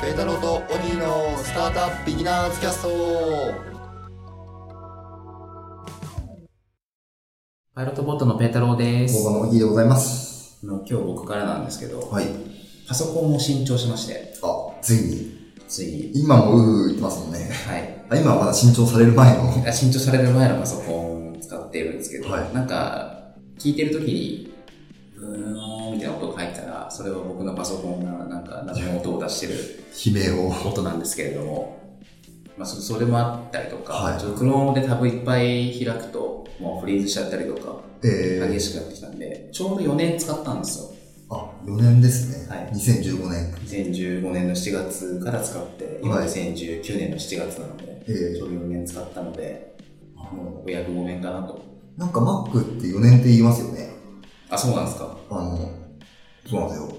ペータローとオニーのスタートアップビギナーズキャストパイロットボットのペータローです。動あ画のオニーでございます。の今日僕からなんですけど、はい。パソコンを新調しまして、あ、ついに。ついに。今もううう言ってますもん ね。はい。あ今はまだ新調される前の。はい。新調される前のパソコンを使ってるんですけど、はいなんか、聞いてる時に、ブーンみたいな音が入ったら、それは僕のパソコンがなんか謎の音を出してる悲鳴を。音なんですけれども、まあそそれもあったりとか、はいちょっとクロームでタブいっぱい開くと、もうフリーズしちゃったりとか、えー、激しくなってきたんで、ちょうど4年使ったんですよ。あ、4年ですね。はい2015年。 2015年の7月から使って、今はい2019年の7月なので、えちーょうど4年使ったので、もう5 0年かなと。なんか Mac って4年って言いますよね。あ、そうなんですか。あの、そうなんですよ。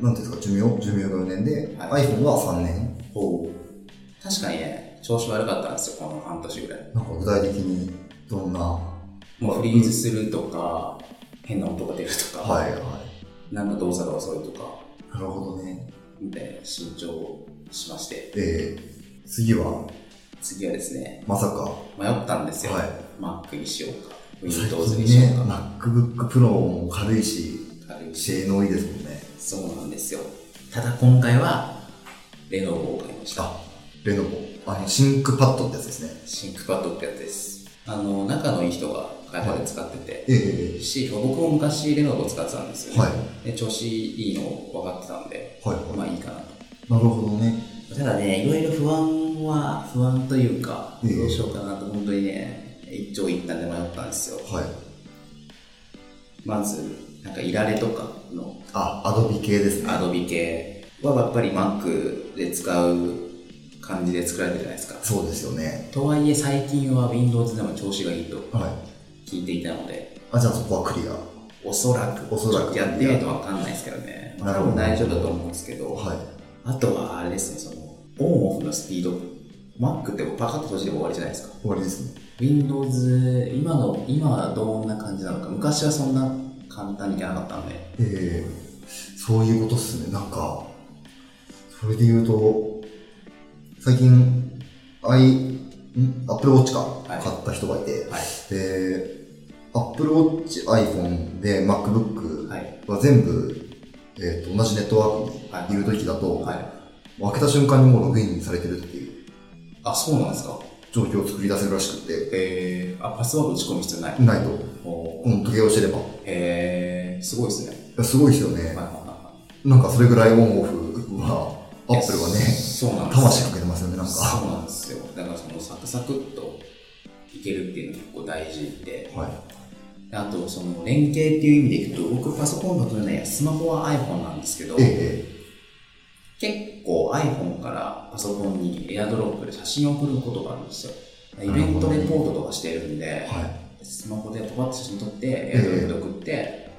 なんていうんですか、寿命寿命が4年で、は iPhone は3年。ほう。確かにね、調子悪かったんですよ、この半年ぐらい。なんか具体的にどんな、はもうフリーズするとか、変な音が出るといか、はなんか動作が遅いとか、い。なるほどね。で、慎重しまして、えー、次は、次はですね、まさか、は迷ったんですよ。い。 Mac にしようか、最 Windows にし近ね、ようか、 MacBook Pro も軽いし、軽いし性能いいですもんね。そうなんですよ。ただ今回は、レノボを買いました。あ、レノボ。あの、シンクパッドってやつですね。シンクパッドってやつです。あの、仲のいい人が会話で使ってて、えし、僕も昔レノボ使ってたんですよ、ー、ねはい。で、調子いいの分かってたんで、はいはい。まあいいかなと。なるほどね。ただね、いろいろ不安は、不安というか、ええどうしようかなと、本当にね、一長一短で迷ったんですよ。はい。まず、なんかいられとかのあ、アドビ系ですね。アドビ系はやっぱり Mac で使う感じで作られてるじゃないですか。そうですよね。とはいえ最近は Windows でも調子がいいとはい。聞いていたので、あ、じゃあそこはクリア。おそらく、おそらくちょっとやってみないとわかんないですけどね、まあなる多ほど分大丈夫だと思うんですけど、はい。あとはあれですね、その、オンオフのスピード、Mac ってパカッと閉じて終わりじゃないですか。終わりですね。 Windows、今の、今はどんな感じなのか、昔はそんな簡単にいかなかったんで、えー、そういうことっすね。なんか、それで言うと、最近、アイ、んアップルウォッチか、い買った人がいて、はいで、アップルウォッチ、iPhone で MacBook はい、は全部、えーと同じネットワークはにいるい。時だと、はい、開けた瞬間にもうログインされてるっていうあ、そうなんですか。状況を作り出せるらしくて、えー、あ、パスワード打ち込む必要ない。ないと、こおの時計をしてれば。いえー、すごいですね。やすごいですよね。はいはいはいなんかそれぐらいオンオフは、アップルはね、そうなんですよ魂かけてますよね、なんか。そうなんですよだからそのサクサクっといけるっていうのが結構大事ではい。あとその連携っていう意味でいくと僕パソコンが取れないやスマホは iPhone なんですけどえ結え、構 iPhone からパソコンに AirDrop で写真を送ることがあるんですよイベントレポートとかしてるんええではい。スマホでパパッと写真撮ってえ AirDrop で送って、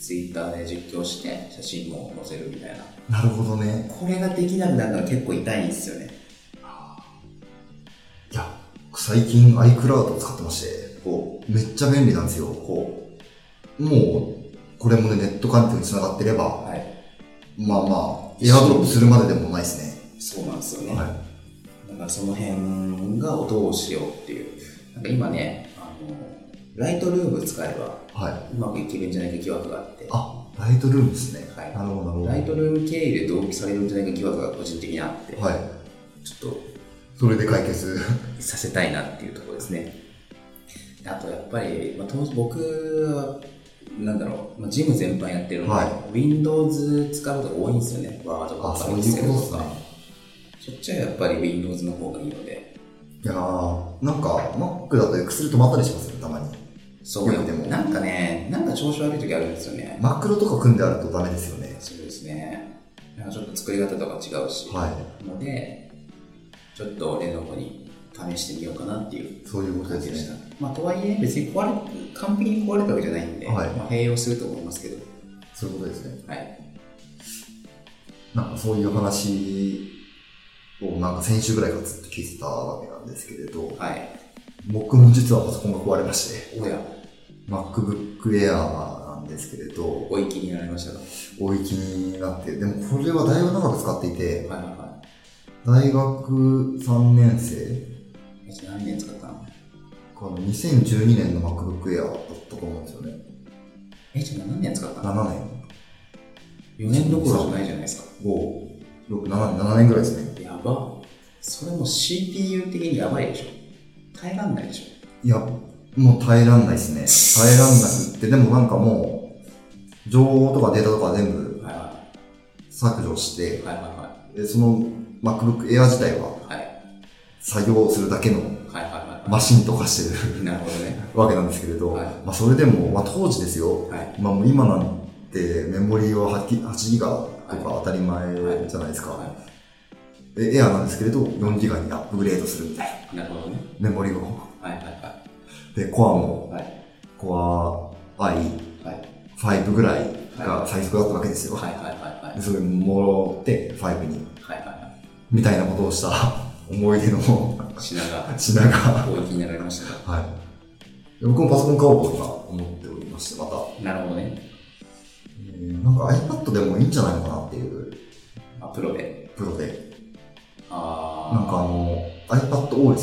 Twitter で実況して写真も載せるみたいななるほどね。これができなくなるのは結構痛いんですよねいや、最近 iCloud を使ってまして、こうめっちゃ便利なんですよ。こもう、これもね、ネット環境につながってれうば、はいまあまあ、エアドロップするまででもないですね。そうなんですよね、はだからその辺がどうしようっていうなんか今ねあのライトルーム使えばい。はい。うまくいけるんじゃないか疑惑があってあ、ライトルームですね。はいなるほど、なるほど。ライトルーム経由で同期されるんじゃないか疑惑が個人的にあって、はい。ちょっとそれで解決。させたいなっていうところですねあとやっぱり、まあ、当時僕はなんだろう、まあ、ジム全般やってるので、は Windows 使うことが多いんですよねワードとあ、かそうエクいうセルことですかね。そっちはやっぱり Windows の方がいいのでいやー、なんか、Mac だと Excel 止まったりしますね、たまに。そうよくでもなんかねなんか調子悪い時あるんですよねマクロとか組んであるとダメですよね。そうですね。なんかちょっと作り方とか違うし、はので、ちょっとレノボに試してみようかなっていうい。そういうこと感じででしすた。ね。まあ、とはいえ、別に壊れ、完璧に壊れたわけじゃないんで、はいまあ、併用すると思いますけど、そういうことですね。はい。なんかそういう話をなんか先週ぐらいからずっと聞いてたわけなんですけれど、はい。僕も実はパソコンが壊れまして、おや、 MacBook Air なんですけれど、おい気になりましたか大域になって、でもこれはだいぶ長く使っていて、はいはいは大学3年生、い。私何年使ったのこの2012年の MacBook Air だったと思うんですよね。え、じゃあ何年使ったの7年 ?4 年どころじゃないじゃないですか。 5、6、7年、7年ぐらいですね。やば。それも CPU 的にやばいでしょ。耐えらんないでしいや、もう耐えらんないですね。耐えらんなくって、でもなんかもう、情報とかデータとか全部ょ。はいは削除してい。、はいはでその MacBook Air 自体はいはい。はい。作業するだけのはいはいはい。マシンと化してるなるほどね。わけなんですけれど、はいまあそれでも、まあ当時ですよ、はい。まあもう今なんてメモリーは 8, 8ギガとか当たり前じゃないですか。はえ、エアーなんですけれど、4ギガにアップグレードするみたいい。なるほどね。な。メモリを。はいはいはで、コアも、い。はい。コアはい。 i5 ぐらいが最速だったわけですよ。はいはいはいはい。でそれもろって5に、はいはみたいなことをした 思い出のいはい。品が品が、大気になられましたかはい。僕もパソコン買おうとか思っておりまして、また。なるほどね。えーなんか iPad でもいいんじゃないのかなっていう、あ、プロで。プロで。なんあかあの、iPadOS あ。はいはい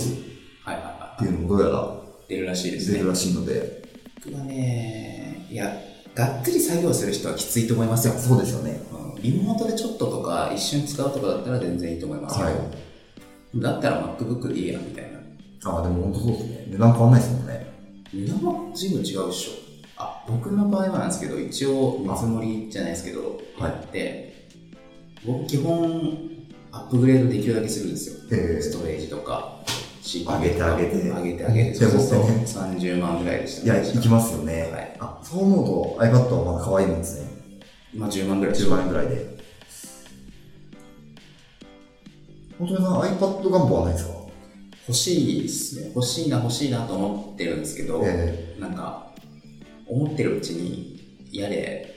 はっていうのもどうやらい。出るらしいです出ねる。らしいので、僕はね、いや、がっつり作業する人はきついと思いますよ。そうですよね。うんリモートでちょっととか、一瞬使うとかだったら全然いいと思いますけど、はい。だったら MacBook でいいやみたいな。ああ、でも本当そうですね。値段変わんないですもんね。値段は全部違うっしょ。あ、僕の場合はなんですけど、一応見積もりじゃないですけど、はいやって、僕基本アップグレードできるだけするんですよ。えスートレージとか、CPU とか上げて上げて上げて上げて、でそうそうもっ30万ぐらいでした、いや、行きますよね。はいあ、そう思うと iPad はまだ可愛いもんですね。今10万ぐらいでし10ょ万円ぐらいで。本当にさん iPad 願望はないですか欲しいですね。欲しいな、欲しいなと思ってるんですけど、えなんか、思ってるうちに、やれ、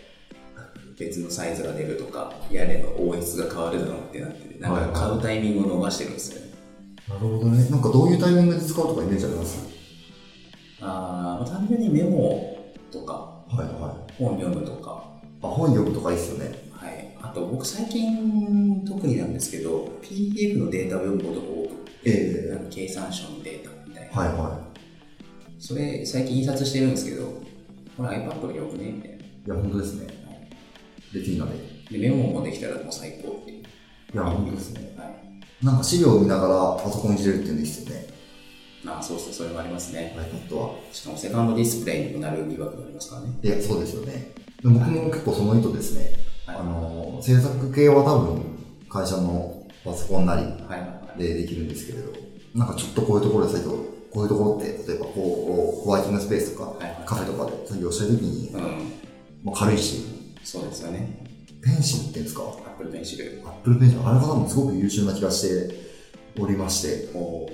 別のサイズが出るとか、やれば OS が変わるだろうってなって、なはいんはいか買うタイミングを逃してるんですよね。えなるほどね。なんかどういうタイミングで使うとかイメージありますあーまあ単純にメモとか、はいはい。本読むとか、あ、本読むとかいいっすよね。はい。あと、僕最近、特になんですけど、PDF のデータを読むことが多くて、えなんか計算書のデータみたいえな。はいはそれ、最近印刷してるんですけど、これ iPad でよくねみたいな。い。いや、本当ですね。で、ティーナで。いで、メモもできたらもう最高っていう。や、本当ですね。はい。なんか資料を見ながらパソコンいじれるっていうのいいっすよね。まあ、そうそう、それもありますね。 iPad は。しかも、セカンドディスプレイにもなる疑惑がありますからね。いや、そうですよね。でも僕も結構その意図ですね。はい。あの、制作系は多分、会社のパソコンなり、はいはいはい。でできるんですけれど、なんかちょっとこういうところで作業、こういうところって、例えばこう、ホワイティングスペースとか、はいはいカフェとかで作業してるときに、うん。もう軽いし、そうですよね。ペンシルっていうんですか、アップルペンシル。アップルペンシル、あれ方もすごく優秀な気がしておりまして、おー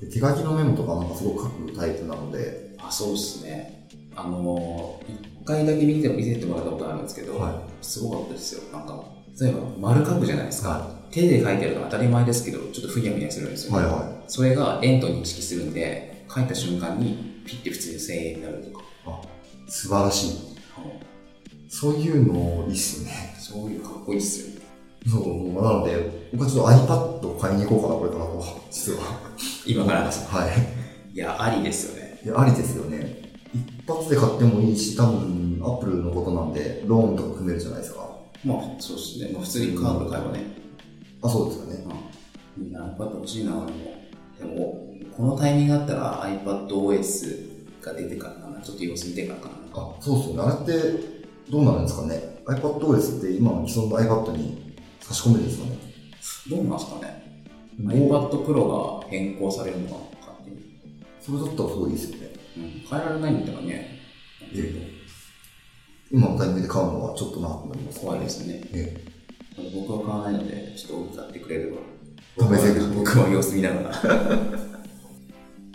で手書きのメモとかなんかすごく書くタイプなので、あ、そうですね。あのー、一回だけ見て見せてもらったことあるんですけど、はすごかったですよ。なんか、例えば丸書くじゃないですか。は手で書いてるのは当たり前ですけど、ちょっとふにゃふにゃするんですいよ、はいはい。それが円と認識するんで、書いた瞬間にピッて普通に1000円になるとか。あ、素晴らしい。あのそういうのいいっすよね。そういうかっこいいっすよ。そう、なので、僕はちょっと iPad を買いに行こうかな、これからと、実は。今からです。はい。いや、ありですよね。いや、ありですよね。一発で買ってもいいし、多分、アップルのことなんで、ローンとか組めるじゃないですか。まあ、そうですね。まあ、普通にカードで買えばね。あ、そうですよね。うん。みんな iPad 欲しいな、俺も。でも、このタイミングだったら iPadOS が出てからかな。ちょっと様子見てからかな。あ、そうですよね。あれって、どうなるんですかね。iPadOS って今の既存の iPad に差し込めるんですかね。どうなんですかね。もう iPad Pro が変更されるのかな勝手に。それだったらすごいいいですよね。うん。変えられないんだからね。え今のタイミングで買うのはちょっとなと思います。怖いですね。えただ僕は買わないので、ちょっと大きく買ってくれれば。試せる僕も様子見ながら。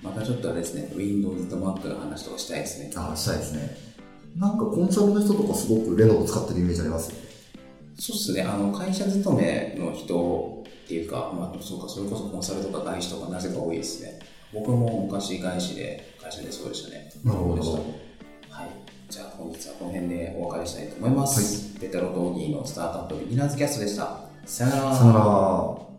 またちょっとあれですね、Windows と Mac の話とかしたいですねえ。。あ、したいですね。なんかコンサルの人とかすごくレノボ使ってるイメージありますよね。そうっすね、あの、会社勤めの人っていうか、まあ、そうか、それこそコンサルとか外資とかなぜか多いですね。僕も昔外資で、会社でそうでしたね。なるほどそうでしたはい。じゃあ本日はこの辺でお別れしたいと思います。ペタロとオギーのスタートアップビギナーズキャストでした。さよなら。さよなら。